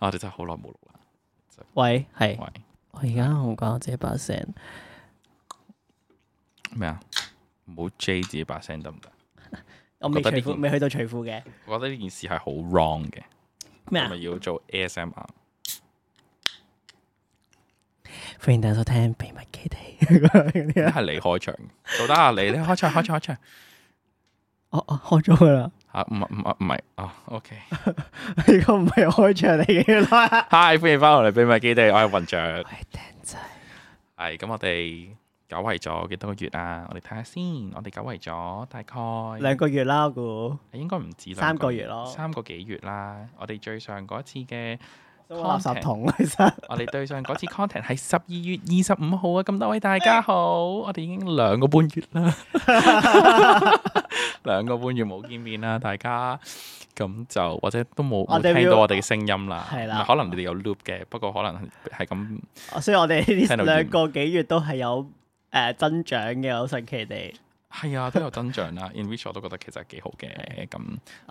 我啊哋真係好耐冇錄啦。喂，係喂，我而家好講我自己把聲，咩啊？唔好 J 自己把聲得唔得？我未覺除得呢褲，件未去到除褲嘅我覺得呢件事係好 wrong 嘅，咩我啊咪？要做 ASMR。歡迎大家收聽秘密基地 嗰啲一啊！係你開場，做得啊你，你開場開場開場我我開咗噶啦， 啊，唔係唔係唔係啊，OK。呢個唔係開場嚟嘅啦。 Hi，歡迎翻落嚟秘密基地，我係雲雀。喂，釘仔，係咁，我哋久違咗幾多個月啊？我哋睇下先，我哋久違咗大概兩個月啦，我估應該唔止三兩個月咯三個幾月啦。我哋最上嗰次嘅。垃圾桶其實我哋對上嗰次 content 係十二月二十五號啊！咁多位大家好，我哋已經兩個半月啦， 兩個半月冇見面啦，大家咁就或者都冇我冇哋聽要到我哋嘅聲音啦，係唔啦係可能你哋有 loop 嘅，不過可能係咁所以我 哋聽呢到厭兩個幾月都係有誒增長嘅，好神奇地。係啊，都有增長 啦。In which 我都覺得其實幾好嘅，咁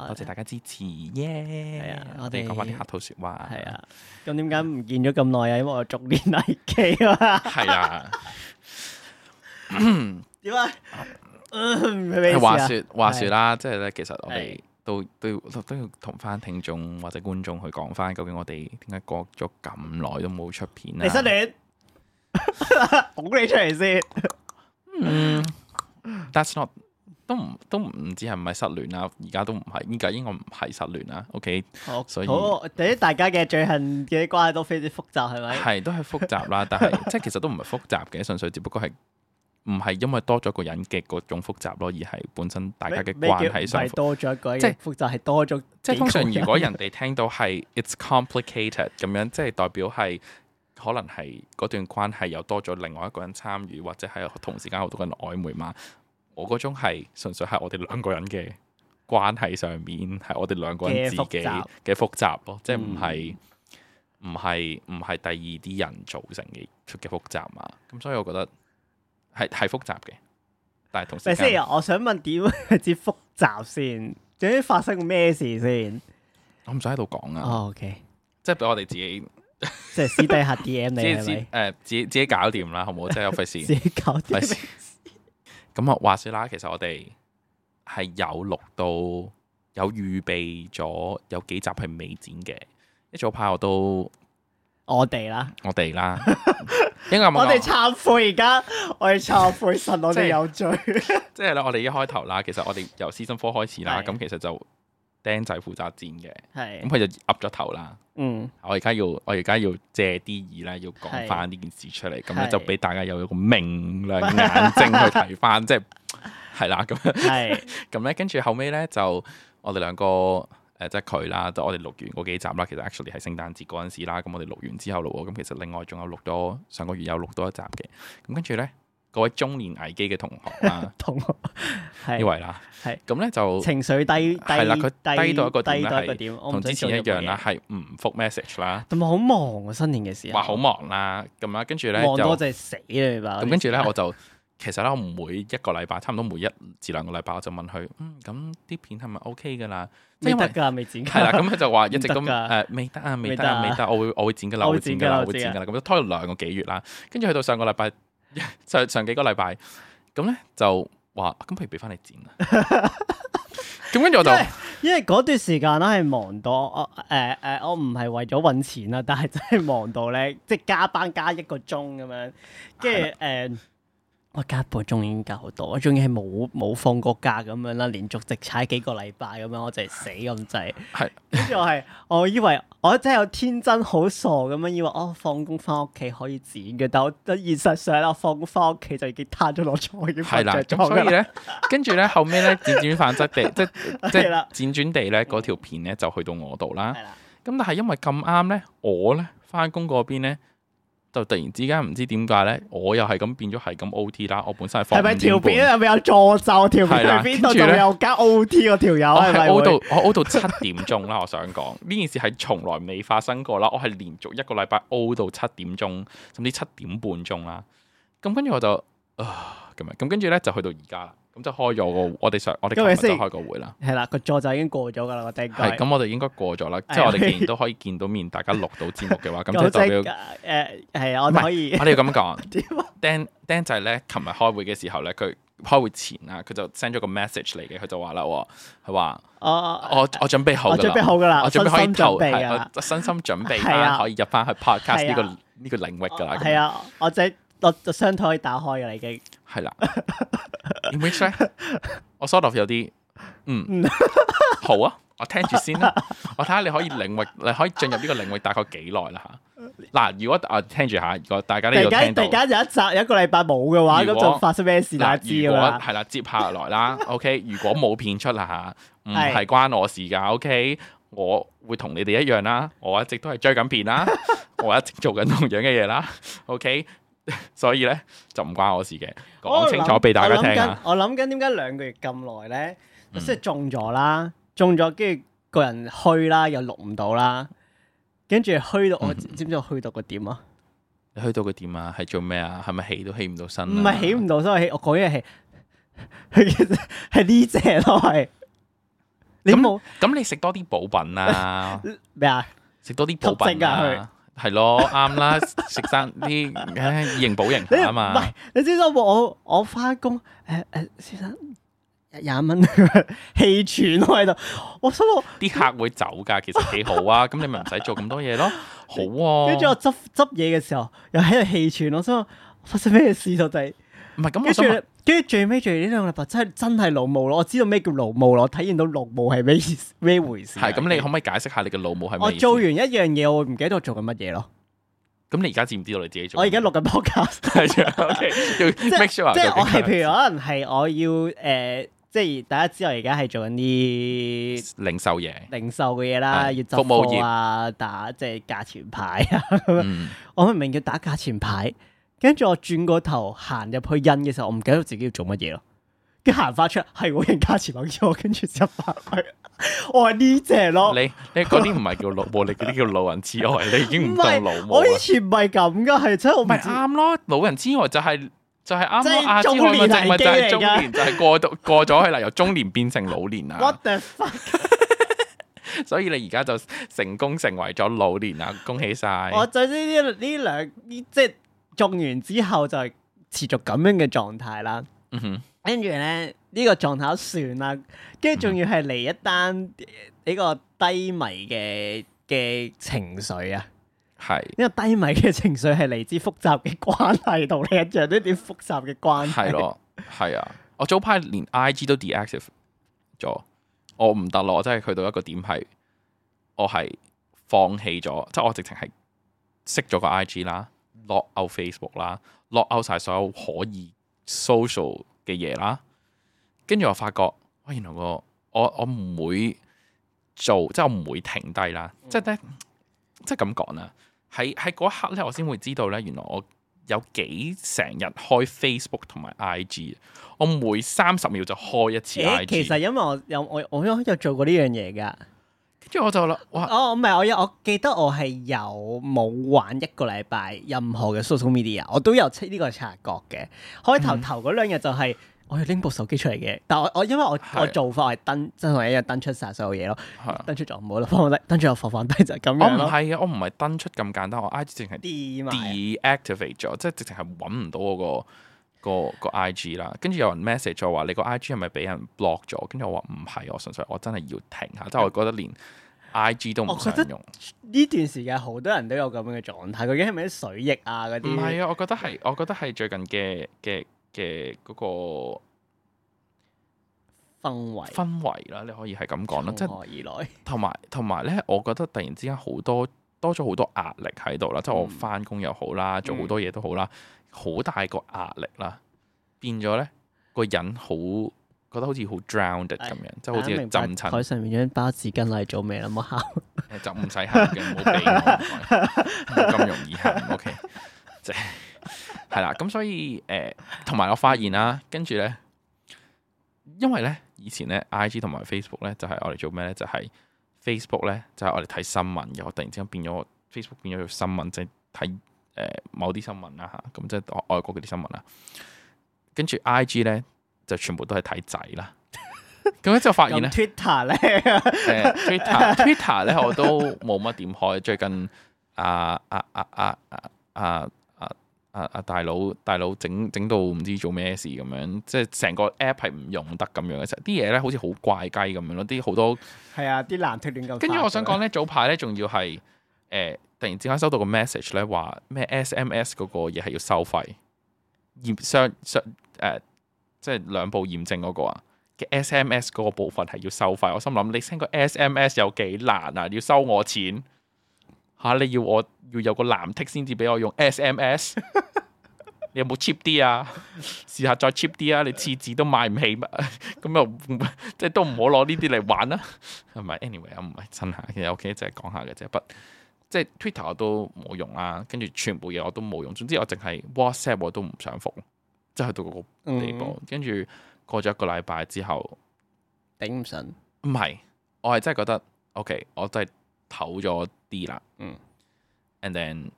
多謝大家支持，係耶啊！我哋我哋講翻啲客套説話，係，啊，咁點解唔見咗咁耐啊？因為我逐年危機啊！係啊。 點啊？ 嗯咩係事話啊？説話係説啦，即係咧，其實我哋係都都要都要同翻聽眾或者觀眾去講翻，究竟我哋點解過咗咁耐都冇出片啊？你失戀， 拱你出嚟先。嗯，that's not 都唔都唔止係唔係失戀啦，而家都唔係，依家應該唔係失戀啦。OK，好，所以好，第一大家嘅罪行嘅關係都非常複雜，係咪？係都係複雜 啦，但係即係其實都唔係複雜嘅，純粹只不過係唔係因為多咗個人嘅嗰種複雜咯，而係本身大家嘅咩關係咩叫上唔係多咗一個人，即即係係複雜係多咗幾個。即係通常如 果人哋聽到係 it's complicated 咁樣，即係代表係可能係嗰段關係又多咗另外一個人參與，或者係同時間好多個人曖昧嘛。我嗰種係純粹係我哋兩個人嘅關係上面，係我哋兩個人自己嘅複雜嗯嘅複雜咯，即係唔係唔係唔係第二啲人造成嘅出嘅複雜嘛。咁所以我覺得係係複雜嘅，但係同時咪先間啊，我想問點為之複雜先？究竟發生過咩事先？我唔想喺度講啊，哦，OK，即係俾我哋自己。即係私底下 DM 自己你係自己咪？誒自己自己搞掂啦，好唔好？即係費 自事己搞費掂事。 咁啊，話説啦，其實我哋係有錄到有預備咗有幾集係未剪嘅。一早派我都我哋啦，我哋 啦，應該咁我哋講，懺悔而家，我哋懺悔神，我即係哋 有罪。即係咧，我哋一開頭啦，其實我哋由 season four 開始啦，係咁其實就釘仔負責剪嘅，咁係，佢就噏咗頭啦。嗯，我而家要我而家要借啲意咧，要講翻呢件事出嚟，咁咧係就俾大家有一個明亮嘅眼睛去睇翻，即係係啦咁樣。係，，咁咧，跟住後尾咧就我哋兩個誒、呃即係佢啦，就我哋錄完嗰幾集啦，其實 actually 係聖誕節嗰陣時啦，咁我哋錄完之後咯喎，咁其實另外仲有錄多上個月有錄多一集嘅，咁跟住咧，各位中年危機嘅 同學啦同學呢 係位啦，係咁咧就情緒低低係啦佢低到一個點低咧到一係個點，我唔同之前想做一任樣何嘢啦，。係唔覆 message 啦，同埋好忙啊，新年嘅時候，話好忙啦，咁啦，跟住咧忙到就我真係死啦，你明白嗎咁跟住咧，我就其實咧，我每一個禮拜，差唔多每一至兩個禮拜，我就問佢，嗯，咁啲片係咪 OK 噶啦？即係未因得為㗎，未剪㗎係啦，咁佢就話一直都唔得㗎誒未得啊，未未得得啊，啊未得，我會我會剪噶啦，我我會會剪剪噶㗎啦，啦我會我知剪啊噶啦，咁就拖咗兩個幾月啦。跟住去到上個禮拜 上上幾個禮拜咁咧就話，啊咁不如俾翻你剪啦。咁跟住我就因為因為嗰段時間咧係忙到我誒誒，我唔係為咗揾錢啊啦，但係真係忙到咧， 即係加班加一個鐘咁樣，跟住誒。我加半個鐘已經夠多，我仲要係冇冇放過假咁樣啦，連續直踩幾個禮拜咁樣，我就係死咁滯。係跟住我係，我以為我真係有天真好傻咁樣，以為哦放工翻屋企可以剪嘅，但我但現實上啦，我放工翻屋企就已經攤咗落床，已經係瞓啦，着咁咗所以㗎啦。咧，跟住咧後尾 咧輾轉反側地，即即係啦輾轉地咧嗰條片咧就去到我度啦。係啦，咁但係因為咁啱咧，我咧翻工嗰邊咧，就突然之間唔知點解咧，我又係咁變咗係咁 O T 啦。我本身啊係放係咪五點條半片係咪有助咒？條片係啦去邊度跟就住會呢有加 O T 嗰條友我係係咪 O 會？到我 O 到七點鐘啦，我想講呢件事係從來未發生過啦。我係連續一個禮拜 O 到七點鐘，甚至七點半鐘啦。咁跟住我就啊咁樣，咁跟住咧就去到而家啦。咁咁就開咗個我哋上我哋今琴日日先就開個會啦。係啦，個座就已經過咗㗎啦，我頂係咁，我哋應該過咗啦。即係我哋既然都可以見到面，大家錄到節目嘅 話，咁就代表誒係啊，我唔係哋 可以我哋要咁講。點啊？ Dan Dan 仔咧，琴日開會嘅時候咧，佢開會前啊，佢就 send 咗個 message 嚟嘅，佢就話啦喎，佢話我我我準備好哦我㗎準備啦，好㗎啦，我準備可以身心準投，備啊係㗎啦我。身心準備係啊翻可以入翻去 podcast 呢個係啊呢個領域㗎啦。咁樣係啊，我仔我我雙腿可以打開㗎啦，已經。係啦。In which 咧，我 sort of 有啲，嗯， 好啊，我聽住 先啦，我睇下你可以領域，你可以進入呢個領域大概幾耐啦吓。嗱，如果啊聽住下，如果大家突呢度然聽間突到，啊然間有一集有一個禮拜冇嘅話，如咁果就發生咩事大家知嗱，㗎如果啦。係啦，接下來 啦，OK，如果冇片出啦吓，唔係係關我事㗎，OK。我會同你哋一樣啦，我一直都係追緊片 啦，我一直做緊同樣嘅嘢啦，OK，所 以咧就唔關我事嘅，講清楚俾大家聽啊！哦嗯我諗緊。我諗緊點解兩個月咁耐咧？即係中咗啦，中咗跟住個人虛啦，又錄唔到啦，跟住虛到嗯我知唔知我虛到個點啊？你去到個點啊？係做咩啊？係咪起都起唔到身、啊？唔係起唔到，所以我起我講嘢係係係呢只咯，係你冇咁你食多啲補品 啦，咩啊？食多啲補品吸精啊啦，係咯，啱啦，食生啲唉以形補形你下唔嘛。係你知唔知我我我翻工誒誒先生廿蚊 氣喘我喺度，我心諗。啲客會走㗎，其實幾好 啊。咁你咪唔使做咁多嘢咯，好喎、跟住我執執嘢嘅時候，又喺度氣喘，我心諗發生咩事到底？唔係咁，啊跟我住想問跟住最尾最尾呢兩個禮拜真係真係勞務咯，我知道咩叫勞務咯，我體驗到勞務係咩意 思咩回事。啊係咁，你可唔可以解釋下你嘅老母係我咩意思？做完一樣嘢，我會唔記得我做緊乜嘢咯。咁你而家知唔知道你自己做？我而家錄緊 podcast，係 啊，OK，要即 make 係 sure 啊即係我係究竟譬如可能係我要誒，即係大家知我而家係做緊啲。零售嘢，零售嘅嘢啦，係要服執務貨啊，打即係價錢牌啊咁樣。嗯，我明明要打價錢牌，跟住我轉個頭行入去印嘅時候，我唔記得自己要做乜嘢咯。跟住行翻出嚟，係喎，印價錢攞咗，我跟住就翻去。 我話呢只咯，你你嗰啲唔係叫老 母，你嗰啲叫老人痴呆，你已經唔當老母我啊以前唔係咁噶，係真係我唔咪知。啱咯，老人痴呆就係、就係啱即係咯，亞中之海年咪就係咪就危機嚟係中㗎年，就係過 到過咗去啦，由中年變成老年啦 What，the fuck！所以你而家就成功成為咗老年啦，恭喜晒！我最知呢呢兩呢即係中完之後就係持續咁樣嘅狀態啦。嗯哼，跟住咧呢、個狀態都算啦，跟住仲要係嚟一單呃呢個低迷嘅嘅情緒啊！係呢個低迷嘅情緒係嚟自複雜嘅關係同你一樣呢啲複雜嘅關係。係，咯，係啊！我早排連 I G 都 deactive 咗，我唔得咯，我真係去到一個點係，我係放棄咗，即係我直情係熄咗個 I G 啦，lock out Facebook 啦，lock out 晒所有可以 social 嘅嘢啦，跟住我發覺，喂，原來個我我唔會做，即係我唔會停低啦，嗯即係咧，即係咁講啦，喺喺嗰一刻咧，我先會知道咧，原來我。有幾成日開 Facebook 同埋 IG，我每三十秒就開一次誒，其 IG，實因為我有我我有有做過呢樣嘢啊㗎。跟住我就諗，哇！ 哦，唔係我有，我記得我係有冇玩一個禮拜任何嘅 social media，我都有出呢個察覺嘅。開嗯頭頭嗰兩日就係、我要拎部手機出嚟嘅，但我我因為我係我做法我係登，真係一日登出晒所有嘢咯，係啊登出咗冇啦，放低，登出又放放低就係咁我樣唔咯。啊係啊，我唔係登出咁簡單，我 I G 淨係 D 埋 deactivate 咗，即係直情係揾唔到我個個個 I G 啦。跟住有人 message 我話你個 I G 係咪俾人 block 咗？跟住我話唔係，我純粹我真係要停下，即係我覺得連 I G 都哦我唔覺想得用。呢段時間好多人都有咁樣嘅狀態，究竟係咪啲水逆啊嗰唔啲？係啊，我覺得係，我覺得係最近嘅嘅嘅嗰氛個圍氛圍啦，你可以係咁講啦，即係從何而來？同埋同埋咧，我覺得突然之間好多多咗好多壓力喺度啦，即係我嗯翻工又好啦，做好多嘢都好啦，好、大個壓力啦，變咗咧個人好覺得好似好 drowned 哎咁樣，即係好似大家浸明白親台上面張包紙巾嚟做咩啦？冇啊喊。就唔使喊嘅，唔好俾我唔該冇咁容易喊。OK，即係係啦。咁所以誒，同、埋我發現啦，跟住咧，因為咧以前咧，IG 同埋 Facebook 咧，就係、我哋做咩咧？就係、Facebook 咧，就係、我哋睇新聞嘅。我突然之間變咗我，Facebook 變咗做新聞，即係睇呃誒某啲新聞啦嚇。咁即係外國嗰啲新聞啦。跟住 IG 咧，就全部都係睇仔啦。咁咧就發現啊咧咁 Twitter 咧，誒 Twitter Twitter 咧我都冇乜點開，最近啊啊啊啊啊啊啊啊啊大佬大佬整整到唔知做咩事咁樣，即係成個 app 係唔用得咁樣嘅，啲嘢咧好似好怪雞咁樣咯，啲好多 係啊，啲男脱亂咁。跟住我想講，咧，早排咧仲要係誒、呃突然之間收到個 message 咧話咩 SMS 嗰個嘢係要收費驗雙雙誒，即係兩步驗證嗰個啊嘅 SMS 嗰個部分係要收費。我心諗你 send 個 SMS 有幾難啊？要收我錢嚇、你要我要有個藍剔先至俾我用 SMS。你有冇 cheap 啲啊？ 試下再 cheap 啲啊！你廁紙都買唔起嘛， 咁又即係都唔好 攞呢啲嚟玩啦。 唔係，anyway 啊，唔係真下，其實 OK，就係講下嘅啫。不即係 Twitter 我都冇用啦，跟住全部嘢我都冇用。總之我淨係 WhatsApp 我都唔想覆，即係去到嗰個地步。跟住過咗一個禮拜之後，頂唔順，唔係，我係真係覺得 OK，我真係唞咗啲啦。嗯，and then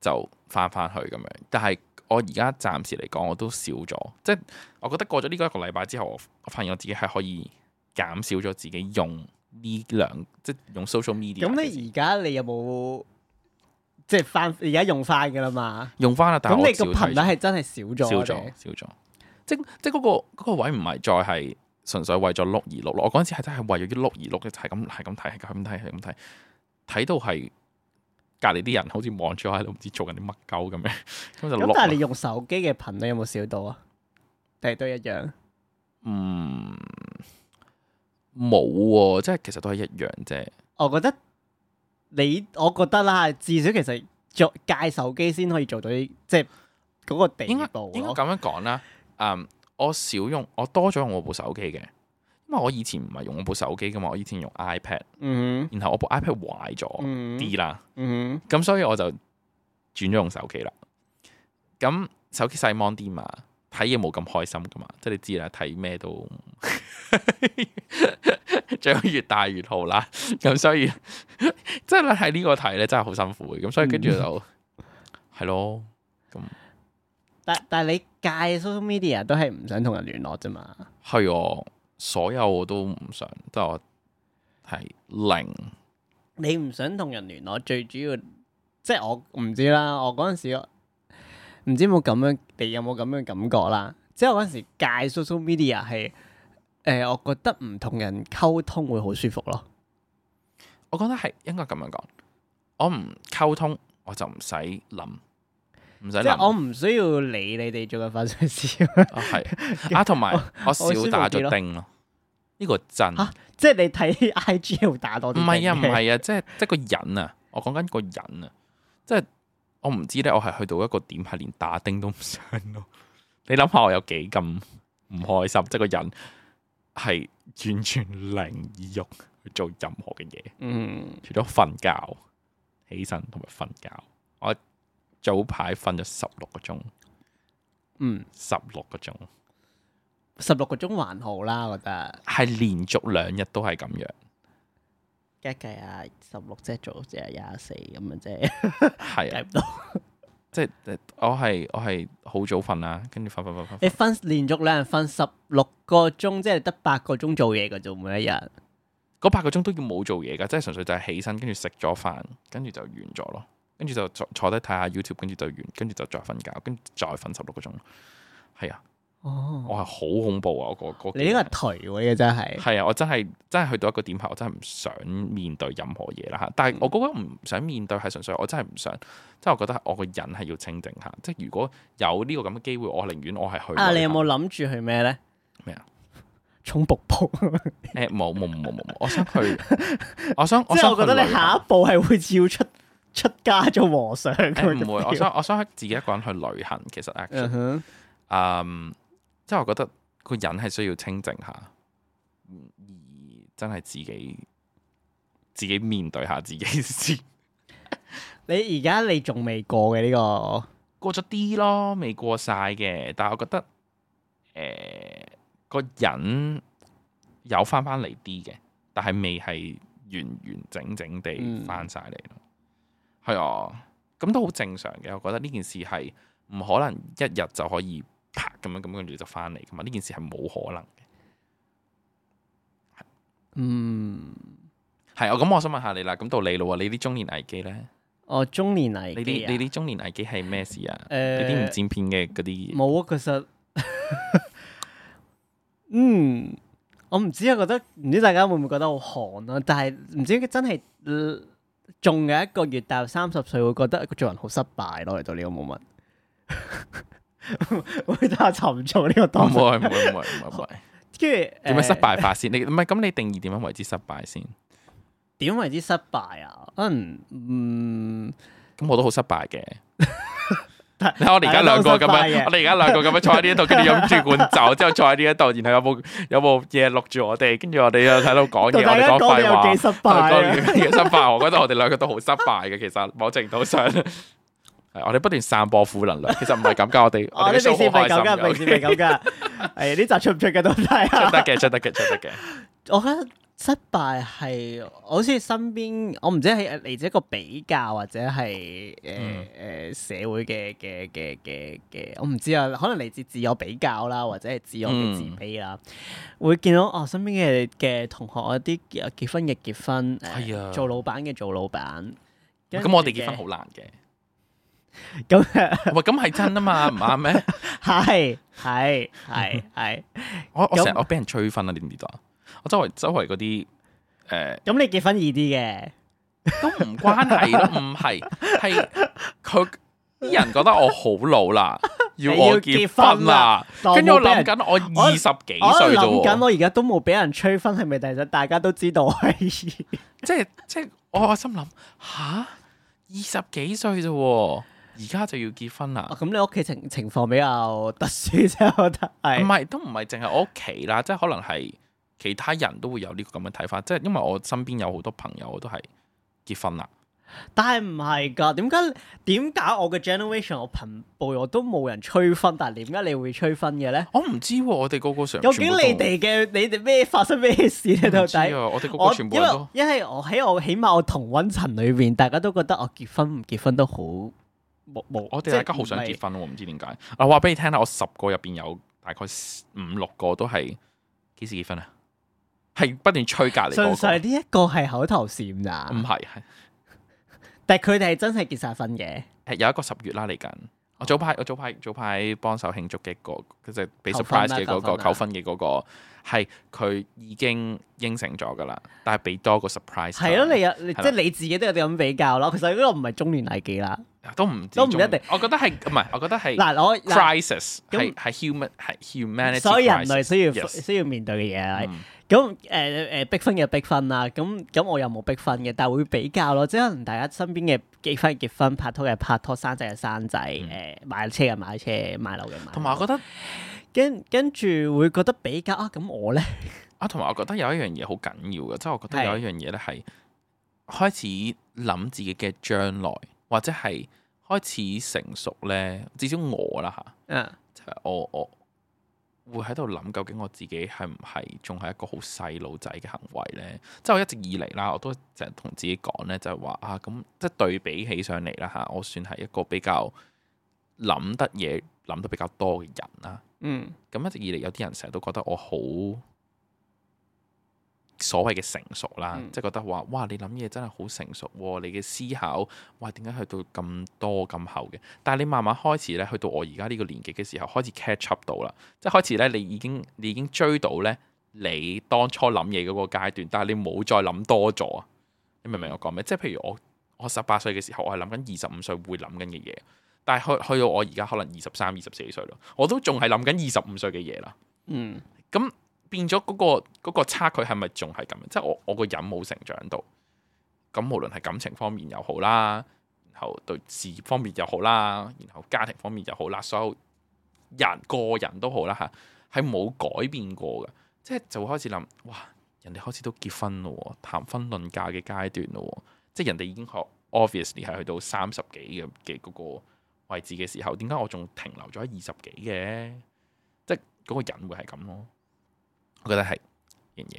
就翻翻去咁樣。但係我而家暫時嚟講，我都少咗，即係我覺得過咗呢個一個禮拜之後，我我發現我自己係可以減少咗自己用呢兩，即係用 social media 嘅事。咁你而家你有冇即係翻而家用翻㗎啦嘛？用翻啦，但係咁我你個少睇頻率咗係真係少咗，啊少咗，少咗。即即嗰、個嗰個位唔係再係純粹為咗碌而碌咯。我嗰陣時係真係為咗啲碌而碌嘅，係咁係咁睇，係咁睇，係咁睇，睇到係隔離啲人好似望住我喺度，唔知做緊啲乜鳩咁樣， 咁就咁但係你碌啦。用手機嘅頻率有冇少到啊？定係都一樣？嗯，冇喎、即係其實都係一樣啫。我覺得你，我覺得啦，至少其實做戒手機先可以做到呢，即係嗰個地應該步應該咯。咁樣講啦。嗯，我少用，我多咗用我部手機嘅，因為我以前唔係用我部手機噶嘛，我以前用 iPad，嗯然後我部 iPad 壞咗。哼，哦啲啦，嗯咁所以我就轉咗用手機啦。咁手機細芒啲嘛，睇嘢冇咁開心噶嘛，即係你知啦，睇咩都最好越大越好啦。咁所以即係咧喺呢個題咧真係好辛苦嘅，咁所以跟住就係咯。哼，但但係你戒 social media 都係唔想同人聯絡啫嘛。係我所有我都唔想，即係我係零。你唔想同人聯絡，最主要即係我唔知啦。我嗰陣時唔知有冇咁樣，你有冇咁樣感覺啦？即係我嗰陣時戒 social media 係誒、呃我覺得唔同人溝通會好舒服咯。我覺得係應該咁樣講，我唔溝通我就唔使諗，唔使即係諗。我唔需要理你哋做嘅發生事，啊 係啊，同埋我少舒服打啲咗咯丁咯，呢個真嚇即係你睇 I G 要打多唔啲。係啊，唔，係啊，即係即係個人啊，我講緊個人啊，即係我唔知咧，我係去到一個點係連打丁都唔想咯。 你諗下我有幾咁唔開心，即係個人係完全零意欲去做任何嘅嘢， 嗯，除咗瞓覺、起身同埋瞓覺。我早排瞓咗十六個鐘，嗯，十六個鐘。十六個鐘還好啦，我覺得。係連續兩日都係咁樣，計一計啊，十六即係做即係廿四咁 樣啫，係啊計唔到。即係誒我係我係好早瞓啦，跟住瞓瞓瞓瞓瞓，你分連續兩日瞓十六個鐘，即係得八個鐘做嘢嘅啫，每一日。嗰八個鐘都要冇做嘢㗎，即係純粹就係起身，跟住食咗飯，跟住就完咗咯，跟住就坐坐低睇下 YouTube，跟住就完，跟住就再瞓覺，跟住再瞓十六個鐘。係啊，哦，我係好恐怖啊！我嗰嗰你呢個係頹喎，呢個真係。係啊，我真係真係去到一個點係，我真係唔想面對任何嘢啦嚇。嗯但係我嗰個唔想面對係純粹我真係唔想，即係我覺得我個人係要清靜下。即係如果有呢個咁嘅機會，我寧願我係去啊，旅你有行冇諗住去咩咧？咩啊？衝瀑布，誒冇冇冇冇冇，我想 去，我想即想係我覺得去你旅下一行步係會照出出家做和尚咁誒唔樣會，我想我想自己一個人去旅行。其實 actually，嗯哼嗯，即係我覺得個人係需要清靜下，嗯而真係自己自己面對下自己先。你而家你仲未過嘅呢個，過咗啲咯，未過晒嘅，但係我覺得誒個、人有翻翻嚟啲嘅，但係未係完完整整地嗯翻晒嚟咯。係啊，咁都好正常嘅。我覺得呢件事係唔可能一日就可以啪咁樣咁跟住就翻嚟噶嘛？呢件事係冇可能嘅。嗯，係啊，咁我想問下你啦，咁到你咯喎，你啲中年危機咧？我哦中年你危機啲啊你，啲中年危機係咩事啊？你啲唔誒剪片嘅嗰啲，冇啊，其實 嗯，我唔知啊，覺得唔知大家會唔會覺得好寒啊？但係唔知真係呃仲有一個月踏入三十歲，會覺得做人好失敗咯。嚟到呢個 moment，會得下沉重呢個唔當會下，唔會唔會唔會啊唔會，跟住呃點樣啊失誒敗法先？你唔係咁，你定義點樣為之失敗先？點為之失敗啊？可能嗯，咁我都好失敗 嘅。 你睇我哋而家兩個咁大家都好失敗樣，嘅我哋而家兩個咁樣坐喺呢一度，跟住飲住罐酒，之後坐喺呢一度，然後有冇有冇嘢錄住我哋，跟住我哋又喺度講同嘢，我大哋家講講你廢話，有幾失敗啊我哋講嘢失敗，我覺得我哋兩個都好失敗嘅，其實某程度上。 係我哋不斷散播負能量，其實唔係咁噶，我 哋我哋哋哦平時唔係咁噶，嘅平時唔係咁噶。 誒，呢集出唔出嘅都睇啊出。得嘅，出得嘅，出得嘅。 我覺得失敗係好似身邊，我唔知係嚟自一個比較或者係嗯誒誒社會嘅嘅嘅嘅嘅，我唔知啊，可能嚟自自我比較啦，或者係自我嘅自卑啦，嗯會見到哦身邊嘅嘅同學有啲結結婚嘅結婚，誒係啊做老闆嘅做老闆，跟住咁我哋結嘅婚好難 嘅，咁 喂，咁係真啊嘛，唔啱咩？係係係係，我我咁成日我俾人催婚啊，你知唔知道啊？我周圍周圍嗰啲 誒咁你結婚易啲嘅，都唔關係咯，唔係係佢啲人覺得我好老 啦，要你要我結婚啦，結婚啦跟住我諗當緊我我二十幾我歲啫諗緊喎，我而家都冇俾人催婚，係咪其實大家都知道係？即係即係我我心諗吓二十幾歲啫喎，而家就要結婚啦 啊，。咁你屋企情情況比較特殊啫，我覺得唔係。係都唔係淨係我屋企啦，即係可能係其他人都會有呢個咁嘅睇法，即係因為我身邊有好多朋友我都係結婚啦，但係唔係㗎？點解點解我嘅 generation 我朋輩我都冇人催婚，但係點解你會催婚嘅咧？我唔知喎，我哋個個上究竟你哋嘅你哋咩發生咩事咧？到唔知底啊，我哋個我個全部因人為都因為我喺我起碼我同温層裏邊，大家都覺得我結婚唔結婚都好冇冇。我即哋係大家好想唔係結婚喎，唔知點解。我話俾你聽啦，我十個入邊有大概五六個都係幾時結婚啊？係不斷催隔離純嗰個粹，呢一個係口頭禪咋，唔係係但係佢哋係真係結晒婚嘅。係有一個十月啦嚟緊。我早排我早排早排幫手慶祝嘅嗰個，即係俾求婚 surprise 啦嘅嗰求個婚啦求婚嘅嗰個，係佢已經應承咗噶啦，但係俾多個 surprise。係咯，你有你係即啦係你自己都有啲咁比較啦。其實呢個唔係中年危機啦。都唔知都唔中一定。我覺得係唔係？我覺得係嗱，我嗱 crisis 係咁係 human 係 humanity crisis。所有人類需要 Yes 需要面對嘅嘢啦。嗯咁誒誒逼婚嘅逼婚啦，咁咁我又冇逼婚嘅，但係會比較咯，即係可能大家身邊嘅結婚嘅結婚，拍拖嘅拍拖，生仔嘅生仔，誒、買車嘅買車，買樓嘅買樓。嗯同埋我覺得。跟跟住會覺得比較啊，咁我咧啊，同埋我覺得有一樣嘢好緊要嘅，即係我覺得係有一樣嘢咧係開始諗自己嘅將來，或者係開始成熟咧。至少我啦吓，啊即係我我會喺度諗究竟我自己係唔係仲係一個好細路仔嘅行為咧？即係我一直以嚟啦，我都成日同自己講咧，就係話啊，咁即係對比起上嚟啦吓，我算係一個比較諗得嘢諗得比較多嘅人啦。嗯咁一直以嚟有啲人成日都覺得我好所謂嘅成熟啦，嗯即係覺得話哇你諗嘢真係好成熟喎、你嘅思考哇點解去到咁多咁厚嘅？但係你慢慢開始咧，去到我而家呢個年紀嘅時候，開始 catch up 到啦，即係開始咧你已經你已經追到咧你當初諗嘢嗰個階段，但係你冇再諗多咗啊！你明唔明我講咩？即係譬如我我十八歲嘅時候，我係諗緊二十五歲會諗緊嘅嘢。但係去去到我而家可能二十三、二十四歲咯，我都仲係諗緊二十五歲嘅嘢啦。嗯咁變咗嗰、個嗰個差距係咪仲係咁樣？即係我我個人冇成長到。咁無論係感情方面又好啦，然後對事業方面又好啦，然後家庭方面又好啦，所有人個人都好啦嚇，係冇改變過嘅。即係就會開始諗，哇！人哋開始都結婚咯喎，談婚論嫁嘅階段咯喎，即係人哋已經學 obviously 係去到三十幾嘅嘅嗰個位置嘅時候，點解我仲停留咗喺二十幾嘅？即係嗰個人會係咁咯。我覺得係樣嘢，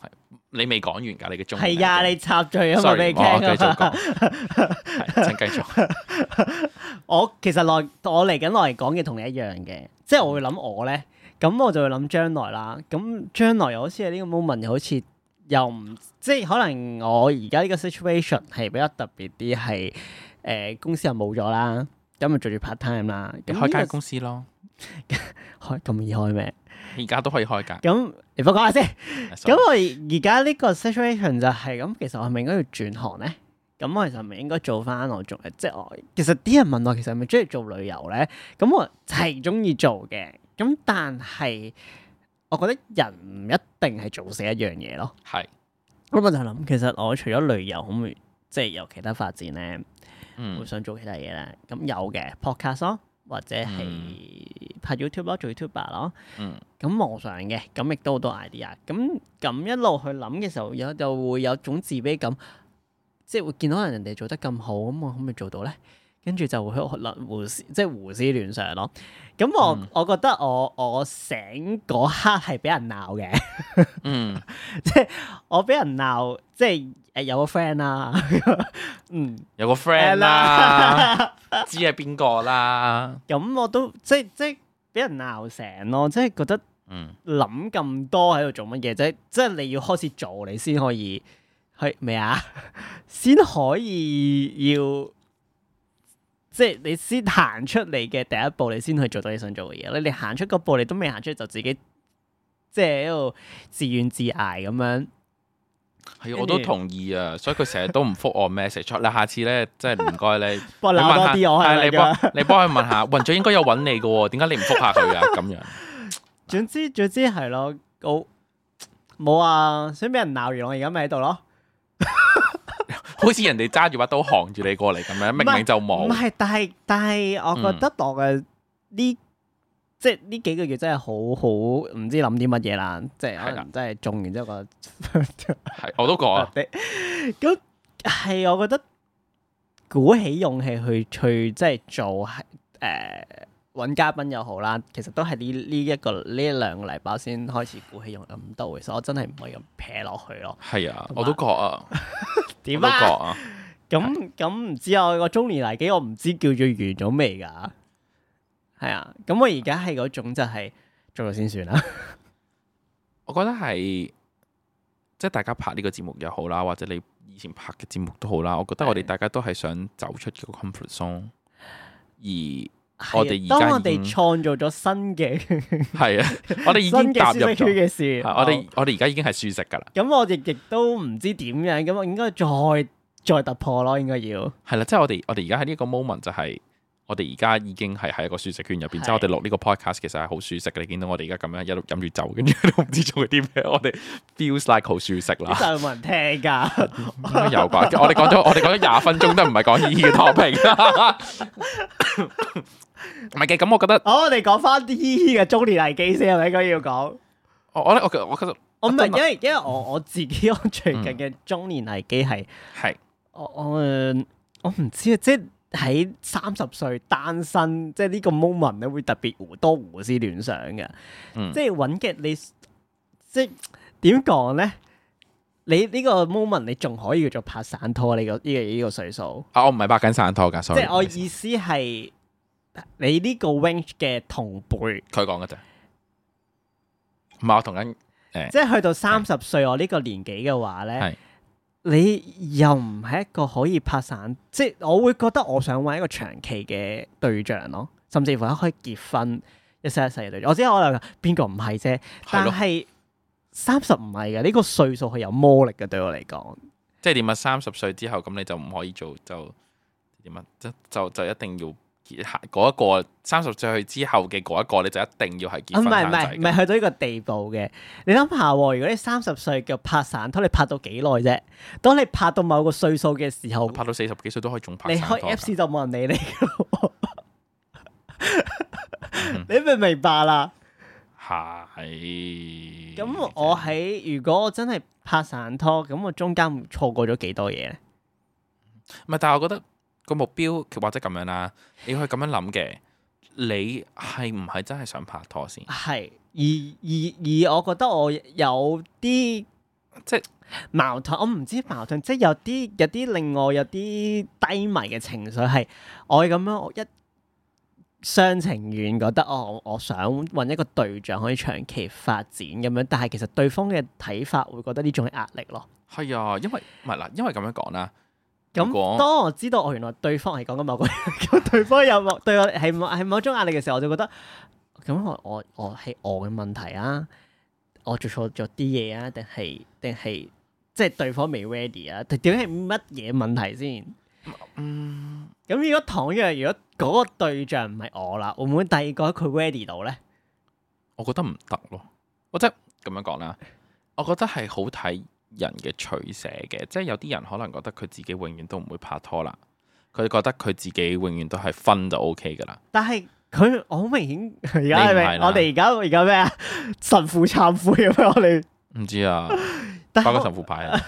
係你未講完㗎，你嘅中文係啊，已經你插嘴啊嘛， sorry， 俾你我我繼聽續啊嘛。講，係請繼續。我其實來我嚟緊來講嘅同你一樣嘅，即係我會諗我咧，咁我就會諗將來啦。咁將來又好似係呢個 moment 又好似又唔即係可能我而家呢個 situation 係比較特別啲，係誒、呃公司又冇咗啦，咁咪做住 part time 啦。你咁開間呢個公司咯，開咁易開咩？而家都可以開間。咁你啊幫我講下先。咁 Sorry，我而而家呢個 situation 就係咁，其實我係咪應該要轉行咧？咁我其實係咪應該做翻我做，即係我其實啲人問我其實係咪中意做旅遊咧？咁我係中意做嘅，咁但係我覺得人唔一定係做死一樣嘢咯。係咁我就諗，其實我除咗旅遊，可唔可以即係有其他發展咧？會嗯想做其他嘢咧？咁有嘅 podcast 咯，或者係拍 YouTube 咯，做 YouTuber 咯。嗯咁網上嘅，咁亦都好多 idea。咁咁一路去諗嘅時候，有就會有種自卑感，即係會見到人哋做得咁好，咁我可唔可以做到咧？跟住就會喺度諗胡思，即係胡思亂想咯。咁我、嗯我覺得我我醒嗰刻係俾人鬧嘅，嗯，我俾人鬧，即係誒有個 friend 啦， 嗯。有個 friend 啦， 知係邊個啦，咁我都即係即係俾人鬧成咯，即係覺得嗯諗咁多喺度做乜嘢啫？即係你要開始做，你先可以係咩啊？ 先可以要即係你先行出你嘅第一步，你先去做到你想做嘅嘢。你你行出嗰步，你都未行出，就自己即係喺度自怨自艾咁樣。係我都同意啊，所以佢成日都唔覆我 message。你下次咧，真係唔該你。幫你鬧多問下啲 我係係咪你㗎？幫你幫佢問下， 雲長應該有揾你嘅喎，點解你唔覆下佢啊？咁樣總之總之係咯，我冇啊，想俾人鬧完我而家咪喺度咯。好似人哋揸住把刀行住你過嚟咁樣，明明就冇嗯唔。係，但係但係，我覺得我嘅呢、即係呢幾個月真係好好唔知諗啲乜嘢啦，即係可係啦能真係中完之後個係，我都講啊， 咁係我覺得鼓起勇氣去去即係做係誒揾嘉賓又好啦，其實都係呢呢一個呢一兩個禮拜先開始鼓起勇氣咁到，其實我真係唔可以咁撇落去咯。係啊，我都覺啊，我點都覺啊？啊。咁咁唔知啊，我個中年危機我唔知叫做完咗未㗎？係啊，咁我而家係嗰種就係做咗先算啦。我覺得係即係大家拍呢個節目又好啦，或者你以前拍嘅節目都好啦。我覺得我哋大家都係想走出個 comfort zone，而 我哋而家係啊當我已經哋創造咗新嘅係啊，我哋已經新嘅踏舒入適圈咗，嘅哦事，係我哋我哋而家已經係舒適㗎啦，咁我亦亦都唔知點樣，咁我應該再再突破咯，應該要係啦，即係我哋我哋而家喺呢個 moment 就係、我哋而家已經係喺一個舒適圈入邊，係即係我哋錄呢個 podcast 其實係好舒適嘅。你見到我哋而家咁樣一路飲住酒，跟住都唔知做緊啲咩，我哋 feels like 好舒適呢啦，就冇人聽㗎。 應該有吧？ 我哋講咗我哋講咗廿分鐘都唔係 講呢 E 嘅 topic 啦，唔係嘅。咁我覺得好，我哋講翻啲依依嘅中年危機先，係咪應該要講？我我我我覺得我唔係啊真係嗯因為因為我我自己我最近嘅中年危機係。係我我誒我唔知啊，即係喺三十歲單身，即係呢個 moment 咧會特別胡多胡思亂想嘅，嗯即係揾嘅你，即係點講咧？你呢個 moment 你仲可以叫做拍散拖，你個呢個呢個歲數，啊，我唔係拍緊散拖㗎即，sorry。係我意思係你呢個 range 嘅同輩，佢講嘅啫，唔係我同緊即係去到三十歲我呢個年紀嘅話咧係。你又唔係一個可以拍散，即係我會覺得我想揾一個長期嘅對象咯，甚至乎可以結婚一生一世嘅對象。我知我能邊個唔係啫，係但咯，係三十唔係嘅，呢個歲數係有魔力嘅對我嚟講。即係點啊？三十歲之後咁你就唔可以做就點啊？即就就一定要結下嗰一個三十歲之後嘅嗰一個，你就一定要係結啊唔婚係生唔仔係唔㗎。係去到呢個地步嘅。你諗下喎，如果你三十歲嘅拍散拖，你拍到幾耐啫？當你拍到某個歲數嘅時候，拍到四十幾歲都可以仲拍你散拖開㗎。 Apps 就冇人理你㗎咯嗯喎你明唔明白啦？係。咁我喺如果我真係拍散拖，咁我中間錯過咗幾多嘢咧？唔係，但係我覺得個目標或者咁樣啦，你要去咁樣諗嘅。你係唔係真係想拍拖先？係而而而我覺得我有啲即係矛盾，我唔知矛盾，即係有啲有啲令我有啲低迷嘅情緒係，我咁樣我一傷情願覺得哦，我我想揾一個對象可以長期發展咁樣，但係其實對方嘅睇法會覺得呢種係壓力咯。係啊，因為唔係嗱，因為咁樣講啦，如果咁當我知道哦我原來對方係講緊某個 人，咁對方有某對我係某係某種壓力嘅時候，我就覺得咁我我我係我嘅問題啊，我做錯咗啲嘢啊，定係定係即係對方未 ready 啊？定點係乜嘢問題先？嗯，咁如果倘若如果嗰個對象唔係我啦，會唔會第二個佢 ready 到咧？我覺得唔得咯。我即係咁樣講啦，我覺得係好睇人嘅取捨嘅，即係有啲人可能覺得佢自己永遠都唔會拍拖啦，佢覺得佢自己永遠都係分就 O K 噶啦。但係佢我好明顯，而家係你唔係咪？啦我哋而家而家咩啊？神父懺悔咁樣，我哋唔知啊，但包括係神父牌啊，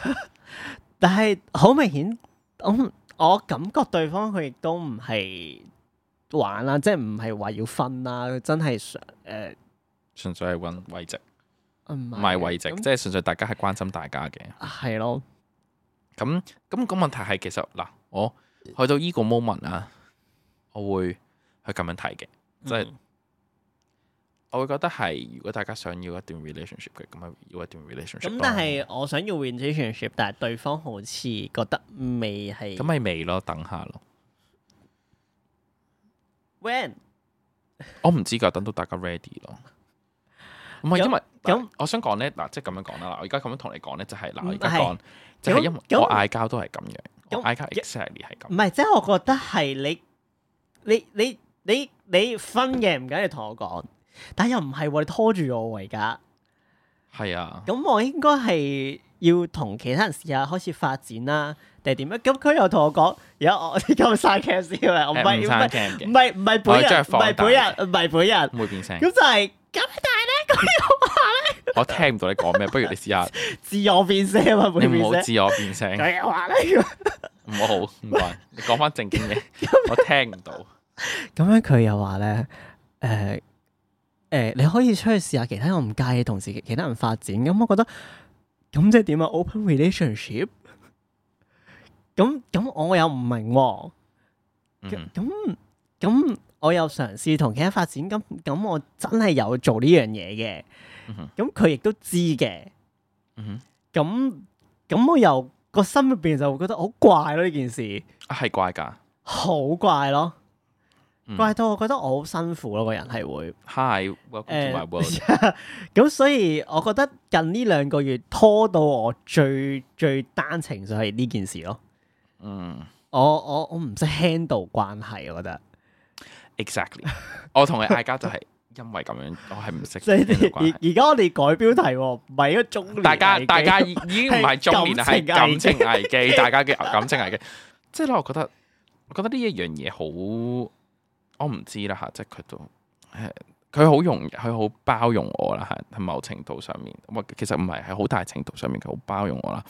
但係好明顯，我我感覺對方佢亦都唔係玩啦，即係唔係話要分啦，佢真係想誒純粹係揾位值，唔唔係位值，咁即係純粹大家係關心大家嘅。係咯，咁咁個問題係其實嗱，我去到呢個 moment 啊，我會去咁樣睇嘅，即係、我會覺得係如果大家想要一段 relationship 嘅，咁咪要一段 relationship 咁咯。但係我想要 relationship，但係對方好似覺得未係咁咪未咯，等下咯， when 我唔知㗎，等到大家 ready 咯。唔係咁因為咁嗱，我想講咧嗱，即係咁樣講啦。嗱我而家咁樣同你講咧，就係嗱，唔我而家係講就係因為咁我嗌交都係咁樣，我咁嗌交 exactly 係唔咁。係，即係我覺得係你你你你你分嘅唔緊要同我講，但又唔係喎，你拖住我喎而家，係啊，咁我應該係要同其他人試下開始發展啦，定係點樣？咁佢又同我講，而家我 咁嘥 c a s 啦，我唔誒係唔唔生係 cam 唔嘅，係唔係本我將佢人，唔放係大本人，唔係本人，唔會變聲咁。就係咁我聽唔到你講咩，不如你試下，自我變聲啊嘛，你本唔變好聲。自我變聲。佢又話咧，唔好，唔該，你講翻正經嘢，我聽唔到。咁樣佢又話咧，誒、誒，你可以出去試下其他，我唔介意同時其他人發展。咁我覺得咁即係點啊？Open relationship？咁咁我又唔明喎。咁嗯，咁咁我又嘗試同其他發展。咁咁我真係有做呢樣嘢嘅嗯哼。咁佢亦都知嘅。嗯哼咁咁我又個心入邊就會覺得好怪咯，呢件事啊係怪㗎，好怪咯，嗯怪到我覺得我好辛苦咯，個人係會。 Hi, welcome to my world。 誒，咁所以我覺得近呢兩個月拖到我最最單情就係呢件事咯。嗯我我我唔識 handle 關係，我覺得，exactly。我同佢嗌交就係因為咁樣，我係唔識 即係呢個而關係。而家我哋改標題喎，唔係一個中年大家 危機大家已已經唔係中年啦，啊係係感情感情危機， 大家嘅感情危機。即係咧，我覺得我覺得呢一樣嘢好，我唔知啦嚇，即係佢都誒佢好容佢好包容我啦嚇，喺某程度上面，唔其實唔係喺好大程度上面，佢好包容我啦。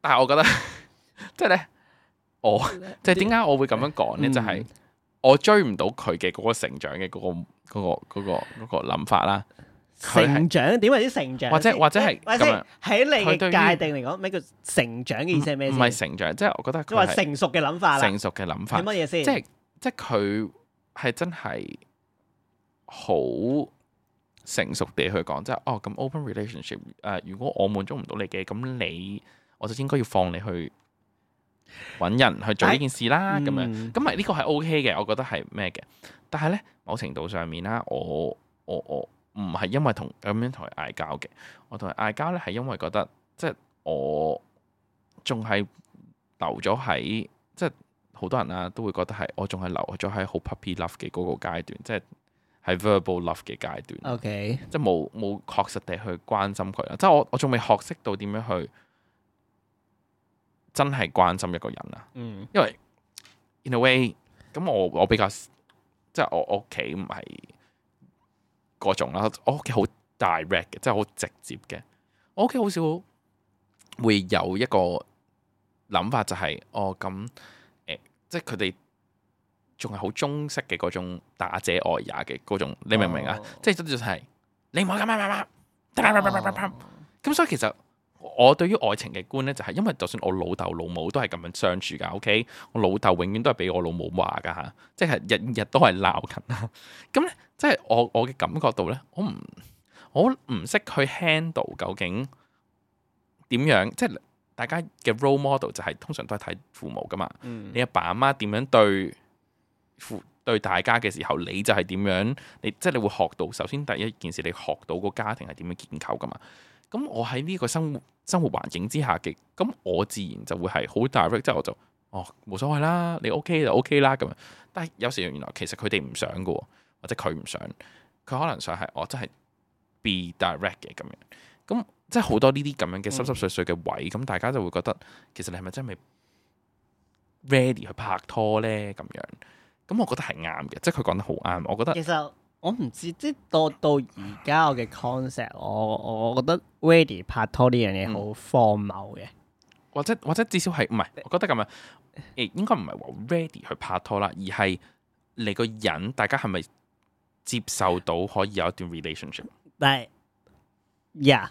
但係我覺得 即係咧，我即係點解我會咁樣講咧？嗯就係我追唔到佢嘅嗰個成長嘅嗰個嗰個嗰個嗰個諗法啦。佢係成長點為之成長先？或者或者係或者咁樣喺你佢對於嘅界定嚟講，咩叫成長嘅意思係咩唔先？係成長，即係我覺得即係話佢係成熟嘅諗法啦，成熟嘅諗係法，乜嘢即先？係即係佢係真係好成熟地去講，即係哦咁 open relationship 誒、如果我滿足唔到你嘅，咁你我就應該要放你去揾人去做呢件事啦，咁樣。嗯咁咪呢個係 O K 嘅，我覺得係咩嘅？但係咧，某程度上面啦，我我我唔係因為同咁樣同佢嗌交嘅，我同佢嗌交咧係因為覺得即係我仲係留咗喺即係好多人啦、都會覺得係我仲係留咗喺好 puppy love 嘅嗰個階段，即係係 verbal love 嘅階段。嗯 OK，即係冇冇確實地去關心佢啦。即係我我仲未學識到點樣去真係關心一個人啊啦。嗯，因為 in a way，咁我我比較即係我我屋企唔係嗰種啦，我屋企好 direct 嘅，即係好直接嘅。我屋企好少會有一個諗法就係、哦咁誒、呃即係佢哋仲係好中式嘅嗰種打者愛也嘅嗰種，你明唔明啊？哦即係真就係你唔好咁樣咁樣咁樣咁樣咁所以其實我我對於愛情嘅觀咧，就係、因為就算我老豆老母都係咁樣相處㗎，OK，我老豆永遠都係俾我老母話㗎嚇，即係日日都係鬧緊啦。咁咧，即係我我嘅感覺到咧，我唔我唔識去 handle 究竟點樣，即係大家嘅 role model 就係、通常都係睇父母㗎嘛。嗯你阿爸阿媽點樣對父對大家嘅時候，你就係點樣，你即係你會學到。首先第一件事，你學到個家庭係點樣建構噶嘛。咁我喺呢個生活生活環境之下嘅，咁我自然就會係好 direct，即係我就哦冇所謂啦，你 OK 就 OK 啦咁樣。但係有時原來其實佢哋唔想嘅喎，或者佢唔想，佢可能想係哦我真係 be direct 嘅咁樣。咁即係好多呢啲咁樣嗯嘅濕濕碎碎嘅位，咁、大家就會覺得其實你係咪真係未 ready 去拍拖咧咁樣？咁我覺得係啱嘅，即係佢講得好啱。我覺得其實我唔知，即係到到而家我嘅 concept，我我覺得 ready 拍拖呢樣嘢好荒謬嘅。或者或者至少係唔係？我覺得咁樣誒，應該唔係話 ready 去拍拖啦，而係你個人大家係咪接受到可以有一段 relationship？但係，yeah，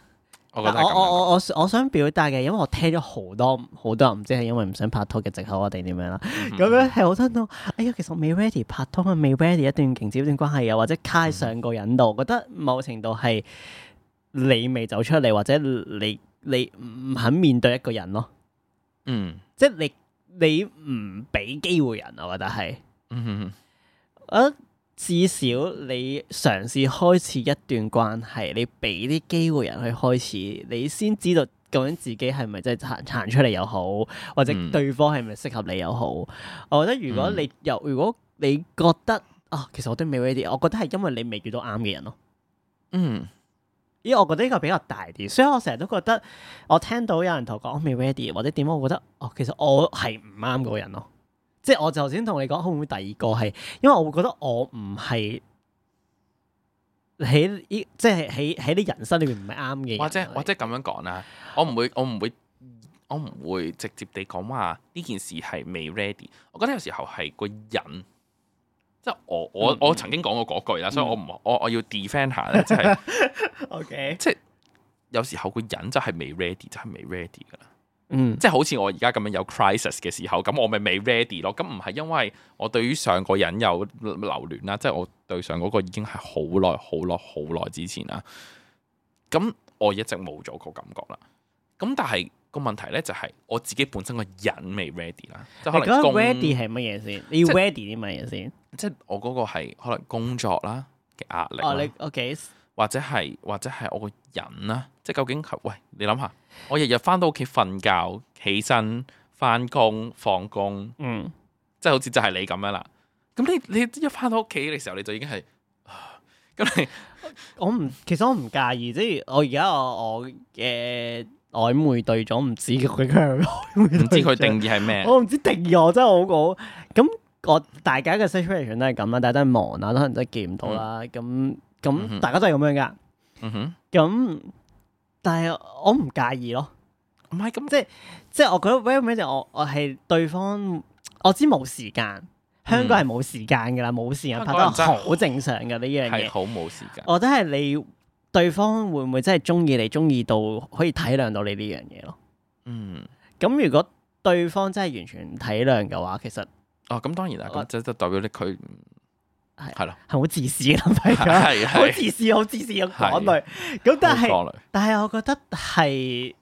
我覺但得係咁我樣我我我我想表達嘅，因為我聽咗好多好多人唔知係因為唔想拍拖嘅藉口啊定點樣啦。嗯咁樣係好聽到，哎呀，其實我未 ready 拍拖啊，未 ready 一段勁接一段關係，又或者卡喺上個引度，覺得某程度係你未走出嚟，或者你你唔肯面對一個人咯，嗯即係你你唔俾機會人啊，我覺得係，嗯我覺得至少你嘗試開始一段關係，你俾啲機會人去開始，你先知道。究竟自己係咪真係行行出嚟又好，或者嗯對方係咪適合你又好？我覺得如果你又如果你覺得啊，其實我都未 ready，我覺得係因為你未遇到啱嘅人咯。嗯因為我覺得呢個比較大啲，所以我成日都覺得我聽到有人同我講我未 ready 或者點，我覺得哦，其實我係唔啱嗰個人咯。即係我就頭先同你講，會唔會第二個係因為我會覺得我唔係喺呢，即係喺喺啲人生裏面唔係啱嘅人。或者或者咁樣講啦，我唔會我唔會我唔會直接地講話呢件事係未 ready。我覺得有時候係個人，即係我嗯我我曾經講過嗰句啦，所以我唔我我要 defend 下咧，即係 OK，有時候個人就係未 ready，就係未 ready 噶啦。嗯即係好似我而家咁樣有 crisis 嘅時候，咁我咪未 ready 咯。咁唔係因為我對於上個人有留戀啦，即係我對上嗰個已經係好耐、好耐、好耐之前啦。咁我一直冇咗個感覺啦。咁但係個問題咧就係、我自己本身個人未 ready 啦，即係你可覺能得工 ready 係乜嘢先？你要即係 ready 啲乜嘢先？即係我嗰個係可能工作啦嘅壓力啦哦，你 OK，或者係或者係我個人啦，即係究竟係喂，你諗下，我日日翻到屋企瞓覺、起身、翻工、放工。嗯，即係好似就係你咁樣啦。咁你你一翻到屋企嘅時候，你就已經係啊咁你我唔，其實我唔介意，即係我而家我我嘅曖昧對象唔知究竟佢係曖昧唔知佢對象定義係咩？哦我唔知定義，我真係好好。咁我大家嘅 situation 都係咁啦，啊大家都係忙啦，可能真係見唔到啦。咁嗯咁哼大家都係咁樣噶。嗯哼，咁但係我唔介意咯，唔係咁，即即係我覺得 w e l l m a 我我係對方，我知冇時間，香港係冇時間噶啦，冇時間嗯香拍得港人真係好正常嘅呢係樣哦嘢。好冇時間。我覺得係你對方會唔會真係中意你，中意到可以體諒到你呢樣嘢咯？嗯，咁如果對方真係完全唔體諒嘅話，其實哦，咁當然啦，我咁即就代表你佢唔係係 咯，係好自私嘅諗法嚟㗎，係好係自私，好自私嘅講類。咁但好係，多類但係我覺得係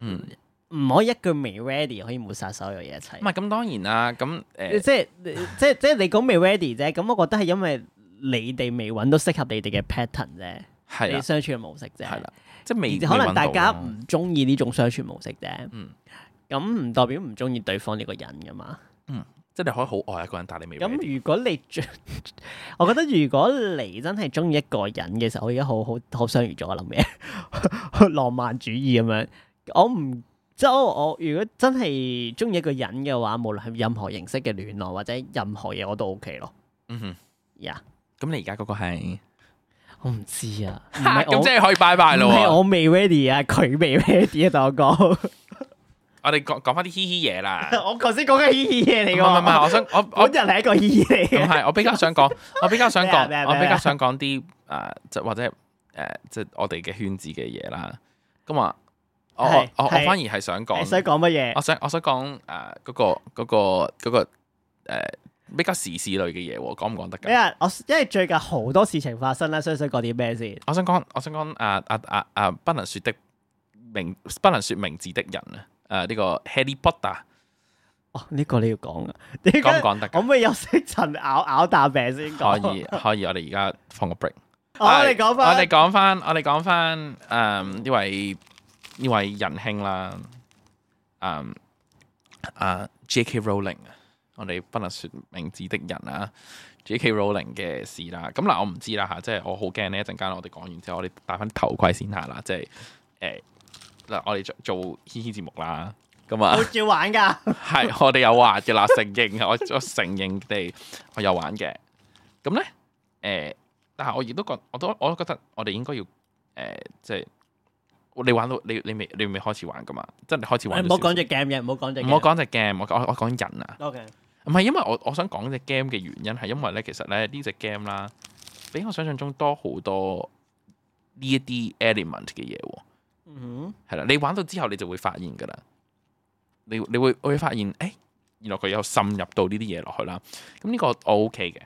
嗯，唔可以一句未 ready 可以抹殺所有嘢一齊唔。係咁當然啦，咁誒即係即係即係你講未 ready 啫，咁我覺得係因為你哋未揾到適合你哋嘅 pattern 啫，係你啦相處嘅模式啫。係啦，即係未而可未能搵大到啊家啦唔中意呢種相處模式啫。嗯咁唔代表唔中意對方呢個人噶嘛。即係你可以好愛一個人，但係你未 ready 咁如果你 最，我覺得如果你真係中意一個人嘅時候，我而家好好好相遇咗我諗 嘢，浪漫主義咁樣。我唔即係我我如果真係中意一個人嘅話，無論係任何形式嘅戀愛或者任何嘢，我都 OK Dạ. 咯。嗯哼，呀、咁你而家嗰個係我唔知啊，唔哈係 咁我即係可以拜拜唔係咯。我未 ready 啊，佢未 ready 啊，同我講，我哋講講翻啲嘻嘻嘢 啦。我頭先講緊嘻嘻嘢唔嚟係唔係唔係， 㗎，我想我我 我人係一個嘻嘻嚟咁嘅， 係，我比較想講，我比較想咩啊咩啊講，我咩啊比較想講啲誒，即或者誒，即我哋嘅圈子嘅嘢啦。咁啊，我我係我我係反而係想你想講，講乜我嘢？想我想講誒嗰個嗰個嗰個誒比較時事類嘅嘢喎，講唔講得因㗎？為我因為最近好多事情發生啦，所以想講啲咩先？我想講我想講啊啊啊啊不能説的名不能説名字的人啊！誒呢個 Harry Potter 哦，呢個你要講啊？點解講唔講得可㗎？唔可以有息塵咬咬啖病先講？可以可以，我哋而家放個 break。好，我哋講我哋翻講翻，我哋講翻，誒呢位呢位仁兄啦，嗯啊 J.K. Rowling 啊，我哋不能説名字的人啊，J.K. Rowling 嘅事啦。咁嗱，我唔知啦嚇，即係我好驚呢一陣間我哋講完之後，我哋戴翻頭盔先下啦，即係誒嗱，我哋做做嘻嘻節目啦，咁啊好。照玩㗎。 係，我哋有玩嘅啦，承認，我我承認地，我有玩嘅。咁咧，誒、但係我亦都覺，我都我都覺得，我哋應該要誒、呃即係你玩到你你未你未開始玩噶嘛，即係你開始玩唔咗好少少。講只 game 嘅，唔好講只。唔好。講只 game，我講我我講人啊， O K，唔係因為我我想講只 game 嘅原因係因為咧，其實咧呢只 game 啦，比我想象中多好多呢一啲 element 嘅嘢喎。嗯係啦，你玩到之後你就會發現㗎啦。你你會會發現，誒、原來佢有滲入到呢啲嘢落去啦。咁呢個我 OK 嘅。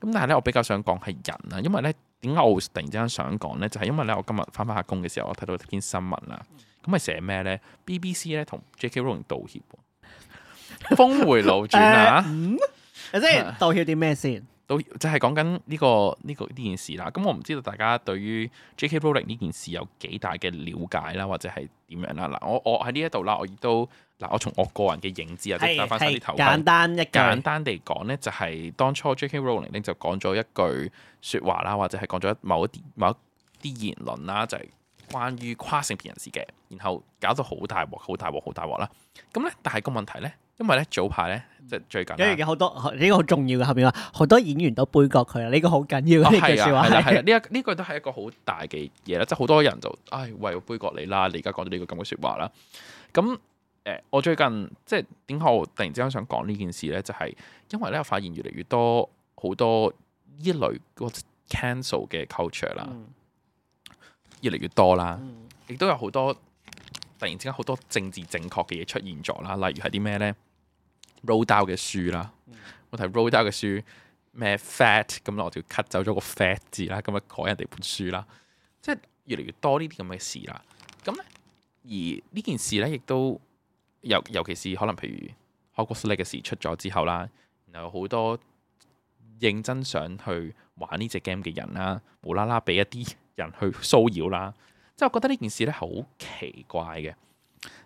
咁但係咧，我比較想講係人啊啦，因為咧點解我會突然之間想講咧，就係、因為咧我今日翻返下工嘅時候，我睇到篇新聞啦。咁係寫咩咧？BBC 咧同 J.K. Rowling 道歉喎，峰回路轉啊！哼，即係道歉啲咩先？到就係講緊呢個呢、個呢件事啦。咁我唔知道大家對於 J.K. Rowling 呢件事有幾大嘅了解啦，或者係點樣啦。嗱，我我喺呢一度啦，我亦都嗱，我從我個人嘅認知啊，即係戴翻晒啲頭盔。簡單一句。簡單地講咧，就係、當初 J.K. Rowling 咧就講咗一句説話啦，或者係講咗某一啲某一啲言論啦，就係、關於跨性別人士嘅，然後搞到好大鑊、好大鑊、好大鑊啦。咁咧，但係個問題咧，因為咧早排咧，即係最近啊啦跟住有好多呢個好重要嘅，後面話好多演員都杯葛佢啦，呢個好緊要哦嘅呢係句説啊，係啦，係話。啦，呢一呢個都係一個好大嘅嘢啦，即係好多人就唉喂我杯葛你啦，你而家講咗呢個咁嘅説話啦。咁誒、呃我最近即係點解我突然之間想講呢件事咧，就係、因為咧，我發現越嚟越多好多呢一類嗰個 cancel 嘅 culture 啦， 嗯越嚟越多啦，嗯亦都有好多突然之間好多政治正確嘅嘢出現咗啦，例如係啲咩咧？Roald Dahl 嘅書啦，我睇 Roald Dahl 嘅書。咩 fat 咁我就 cut 走咗個 fat 字啦，咁啊改人哋本書啦，即係越嚟越多呢啲咁嘅事啦。咁咧，而呢件事咧，亦都尤尤其是可能譬如 Hogwarts Legacy 出咗之後啦，然後有好多認真想去玩呢只 game 嘅人啦，無啦啦俾一啲人去騷擾啦，即係我覺得呢件事咧係好奇怪嘅，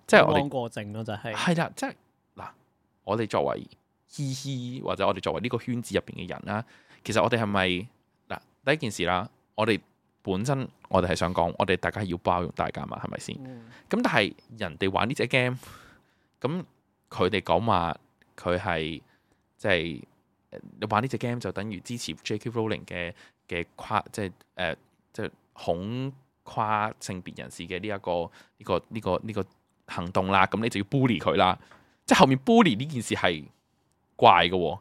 即係我哋汪過正咯，就係。係啦，即係嗱，我哋作為嘻嘻或者我哋作為呢個圈子入邊嘅人啦，其實我哋係咪嗱第一件事啦，我哋本身我哋係想講，我哋大家係要包容大家嘛，係咪先？嗯咁但係人哋玩呢只 game，咁佢哋講話佢係即係呃你玩呢只 game 就等於支持 J.K. Rowling 嘅嘅跨即係誒、呃即係恐跨性別人士嘅呢一個呢、個呢、個呢、個行動啦，咁你就要 bully 佢啦。即係後面 bully 呢件事係怪嘅喎，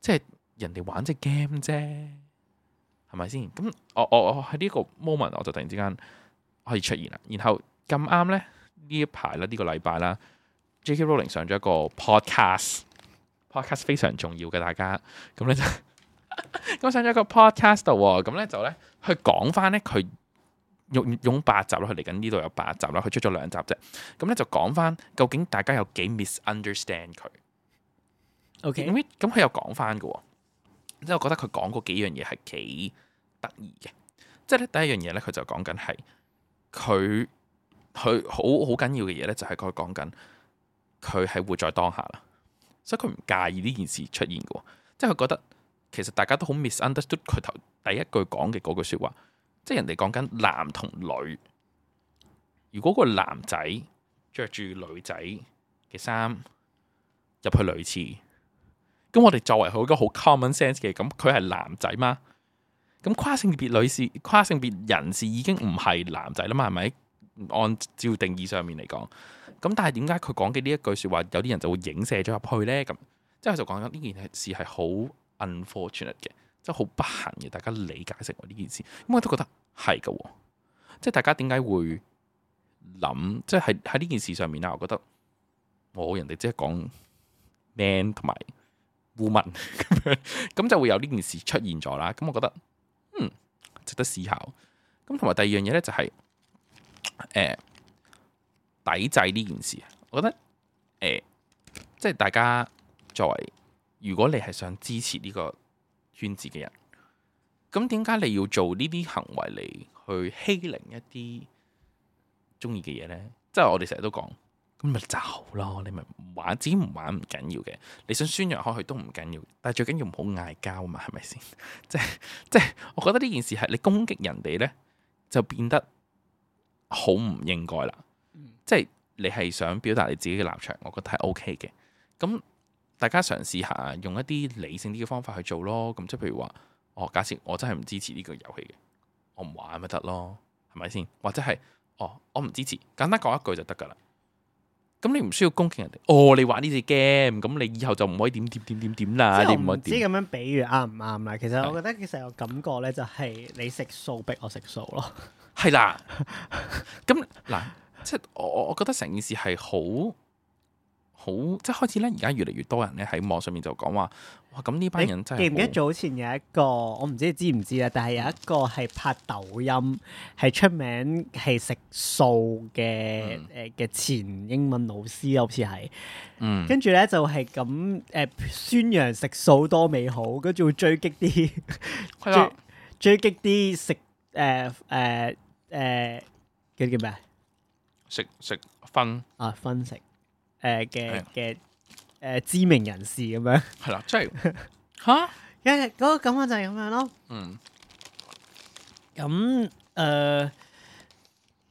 即係人哋玩只 game 啫，係咪先？咁我我我喺呢個 moment 我就突然之間可以出現啦，然後。咁啱咧呢一排啦，呢、個禮拜啦，J.K. Rowling 上咗一個 podcast，podcast 非常重要嘅，大家咁咧就 咁上咗一個 podcast 度喎，咁咧就咧去講翻咧佢用用八集啦，佢嚟緊呢度有八集啦，佢出咗兩集啫，咁咧就講翻究竟大家有幾 misunderstand 佢。 O 咁 K，佢咁佢又講翻嘅喎，即係我覺得佢講嗰幾樣嘢係幾得意嘅。即係咧第一樣嘢咧，佢就講緊係佢佢好好緊要嘅嘢咧，就係佢講緊佢係活在當下啦，所以佢唔介意呢件事出現嘅喎。即係佢覺得其實大家都好 misunderstood 佢頭第一句講嘅嗰句説話，即係人哋講緊男同女。如果個男仔着住女仔嘅衫入去女廁。咁我哋作為佢一個好 common sense 嘅，咁佢係男仔嘛？咁跨性別女士、跨性別人士已經唔係男仔啦嘛，係咪？按照定義上面嚟講，咁但係點解佢講嘅呢一句説話，有啲人就會影射咗入去呢？咁即係佢就講緊呢件事係好 unfortunate 嘅，即係好不幸嘅，大家理解成為呢件事。咁我都覺得係嘅喎，即係大家點解會諗，即係喺呢件事上面啊啦，我覺得我人哋即係講 man 同埋 woman 咁樣，咁就會有呢件事出現咗啦。咁我覺得嗯值得思考。咁同埋第二樣嘢咧就係、誒、抵制呢件事，我覺得誒、呃即係大家作為如果你係想支持呢個圈子嘅人，咁點解你要做呢啲行為嚟去欺凌一啲中意嘅嘢呢？即係我哋成日都講，咁咪就咯，你咪唔玩，自己唔玩唔緊要嘅，你想宣揚開去都唔緊要，但係最緊要唔好嗌交嘛，係咪先？即係即係，我覺得呢件事係你攻擊人哋呢，就變得好唔應該啦。即係你係想表達你自己嘅立場，我覺得係 OK 嘅。咁大家嘗試下用一啲理性啲嘅方法去做咯。咁即係譬如話，哦，假設我真係唔支持呢個遊戲嘅，我唔玩咪得咯，係咪先？或者係哦，我唔支持，簡單講一句就得㗎啦。咁你唔需要攻擊人哋。哦，你玩呢隻 game，咁你以後就唔可以點點點點點啦，即你係唔我可唔以知點咁樣比喻啱唔啱啦。其實係我覺得其實有感覺咧，就係你食素逼我食素咯。係啦， 咁嗱，即係我我我覺得成件事係好好，即係開始咧，而家越嚟越多人咧喺網上面就講話，哇！咁呢班人真係記唔記得好早前有一個，我唔知你知唔知咧，但係有一個係拍抖音係出名係食素嘅誒嘅前英文老師，好似係。嗯跟住咧就係咁誒宣揚食素多美好，跟住會追擊啲係啊啦，追擊啲食誒誒誒叫叫咩啊食食分啊分食誒嘅係嘅誒知名人士咁樣，係啦，即 係吓，因為嗰個感覺就係咁樣咯。嗯，咁誒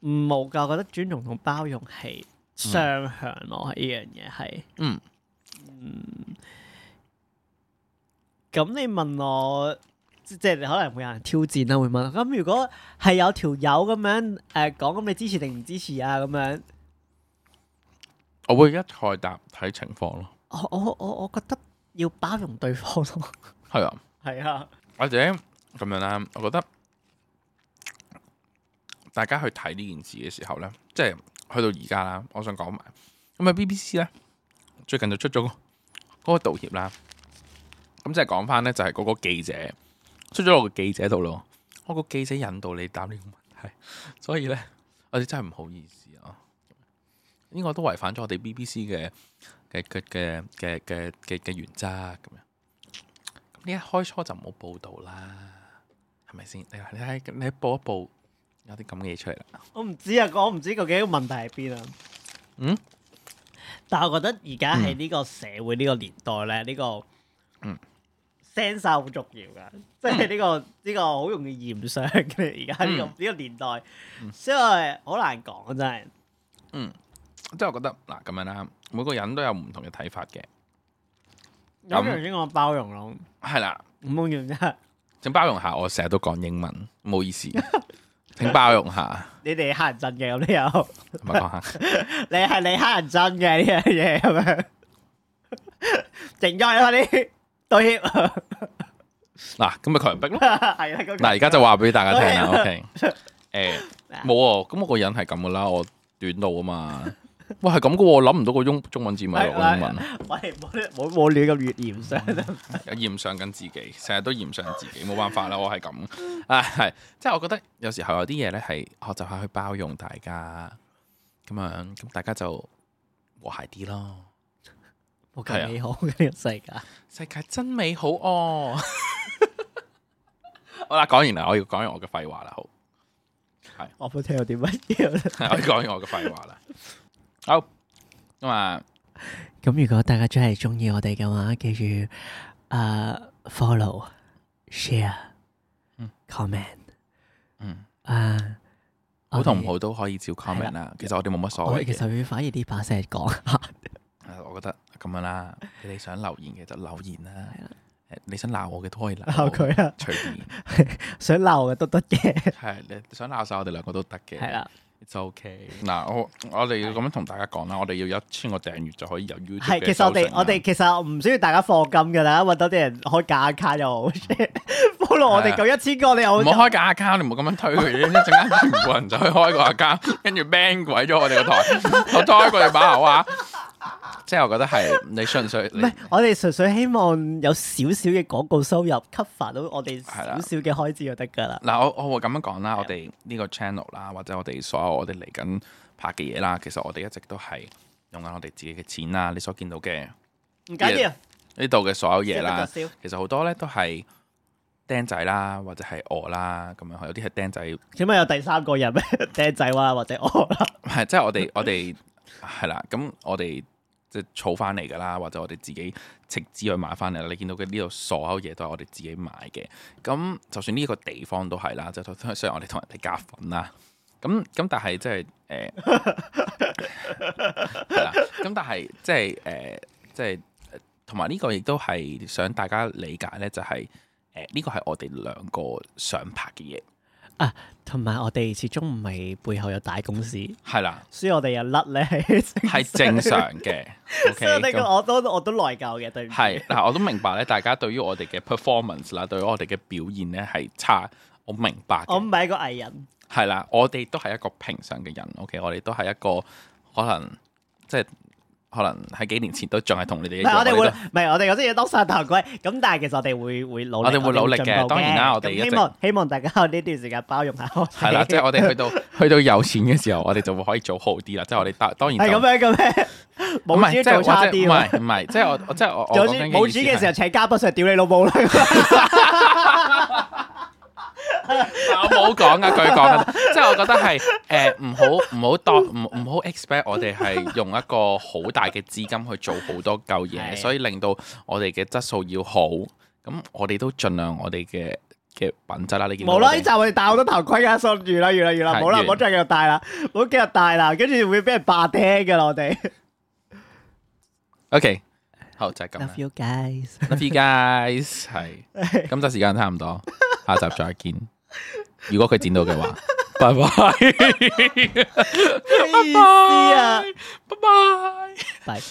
唔冇㗎，我覺得尊重同包容係雙向咯，呢樣嘢係。嗯。咁你問我，即即係你可能會有人挑戰啦，會問咁如果係有條友咁樣誒、講，咁你支持定唔支持啊？咁樣，我會一概答睇情況咯，我我我我覺得要包容對方咯，係啊，係啊，或者咁樣啦，我覺得大家去睇呢件事嘅時候咧，即係去到而家啦，我想講埋咁啊，BBC 咧最近就出咗嗰個道歉啦，咁即係講翻咧就係嗰個記者出咗落個記者度咯，我個記者引導你答呢個問題，所以咧我哋真係唔好意思啊，呢個都違反咗我哋 BBC 嘅嘅嘅嘅嘅嘅嘅嘅原則咁樣。咁呢一開初就冇報道啦，係咪先？你睇你睇你報一報有啲咁嘅嘢出嚟啦。我唔知啊，我唔知究竟個問題喺邊啊。嗯，但係我覺得而家喺呢個社會呢、個年代咧，呢、個嗯 sensor 好重要㗎，即係呢個呢、個好容易驗傷嘅。而家呢個嗯呢、個年代，所以好難講真係。即係我覺得嗱咁樣啦，每個人都有唔同嘅睇法嘅，咁頭先講包容咯，係啦。咁我用啫。請包容下，我成日都講英文，唔好意思。請包容下，你哋黑人憎嘅咁你又， 同埋講下。你係你黑人憎嘅呢樣嘢咁樣， 靜咗啦啲道歉， 嗱，咁咪強迫咯。係啦嗱，咁。而家就話俾大家聽啦。 OK OK，誒冇喎，咁我個人係咁噶啦，我短路啊嘛。哇，係咁噶喎，我諗唔到個中中文字咪落我英文。喂，冇冇冇亂咁越嚴嗯上，有驗上緊自己，成日都驗上自己，冇辦法啦，我係咁啊，係即係我覺得有時候有啲嘢咧係學習下去包容大家咁樣，咁大家就和諧啲咯。冇係啊咁美好嘅呢個世界。世界真美好哦！好啦，講完啦，我要講完我嘅廢話啦，好，我冇聽到啲乜嘢。我要講完我嘅廢話啦，好咁啊，咁如果大家真係中意我哋嘅話，記住啊 follow、share 嗯、 comment 嗯，啊，好同唔好？好都可以照係 comment 啦。其實我哋冇乜所我謂哋其嘅，實會反而啲把聲講下。啊我覺得咁樣啦。你哋想留言嘅就留言啦，誒你想鬧我嘅都可以鬧鬧我佢啊！隨便， 想鬧我嘅都得嘅，係你想鬧晒我哋兩個都得嘅，係啦， ，it's OK。嗱，我我哋要咁樣同大家講啦，我哋要一千個訂閱就可以有 YouTube 係嘅其實收我啊成哋啦我哋其實唔需要大家課金㗎啦，揾多啲人開假卡又好， follow 我哋夠一千個，你又啊唔好開假 account，你唔好咁樣推 佢，一陣間全部人就去開個 account，跟住 ban 鬼咗我哋個台，我開佢哋把口啊！即係我覺得係你純粹唔你係，我哋純粹希望有少少嘅廣告收入 cover 到我哋係少啦少嘅開支就得㗎啦。嗱，我我會咁樣講啦，我哋呢個 channel 啦，或者我哋所有我哋嚟緊拍嘅嘢啦，其實我哋一直都係用緊我哋自己嘅錢啦，你所見到嘅唔緊要，呢度嘅所有嘢笑得啦就笑，其實好多咧都係釘仔啦，或者係我啦咁樣，有啲係釘仔點解有第三個人咩？爹仔啦，或者我啦，係即係我嗯哋我哋係啦，咁我哋即係儲翻嚟㗎啦，或者我哋自己斥資去買翻嚟啦。你見到嘅呢度所有嘢都係我哋自己買嘅，咁就算呢個地方都係啦，即係雖然我哋同人哋夾份啦。咁咁但係即係誒 係啦，咁但係即係誒即係呃同埋呢個亦都係想大家理解咧，就係誒呢個係我哋兩個想拍嘅嘢，同埋我哋始終唔係背後有大公司，係啦，所以我哋又甩咧係係正常 嘅。所以我 OK，哋咁個我都我都內疚嘅，對唔住。係嗱，我都明白咧，大家對於我哋嘅 performance 啦，對於我哋嘅表現咧係差，我明白我嘅。唔係一個藝人，係啦，我哋都係一個平常嘅人，OK，我哋都係一個可能即係可能喺幾年前都仲係同你哋唔一係樣，我哋我會，哋都唔係我哋嗰啲嘢當晒頭盔。咁但係其實我哋會會努力，我哋會努力嘅我哋會進步當然啦我哋咁一直希望希望大家呢段時間包容下我哋。 係啦，即係我哋去到去到有錢嘅時候，我哋就會可以做好啲啦。即係我哋當當然係就咁樣嘅咩？唔冇係主即係做我差即係啲唔喎。係唔係，即係我我即係我我有哦講啲緊冇主意思嘅係時候請嘉賓上嚟屌你老母啦！ 我冇講噶，佢講㗎即係我覺得係誒唔好唔好當唔唔好 expect 我哋係用一個好大嘅資金去做好多嚿嘢，係所以令到我哋嘅質素要好。咁我哋都盡量我哋嘅嘅品質啦。你見到冇啦，我哋呢集我哋戴好多頭盔噶，信住啦，越啦越啦，係冇啦，完唔好再繼續戴啦，唔好繼續戴啦，跟住會俾人霸聽噶啦，我哋。 OK，好就係咁啦。 you guys， Love you guys，係 哎咁就時間差唔多，下集再見。如果佢剪到嘅 話，拜拜，意思啊，拜拜。拜。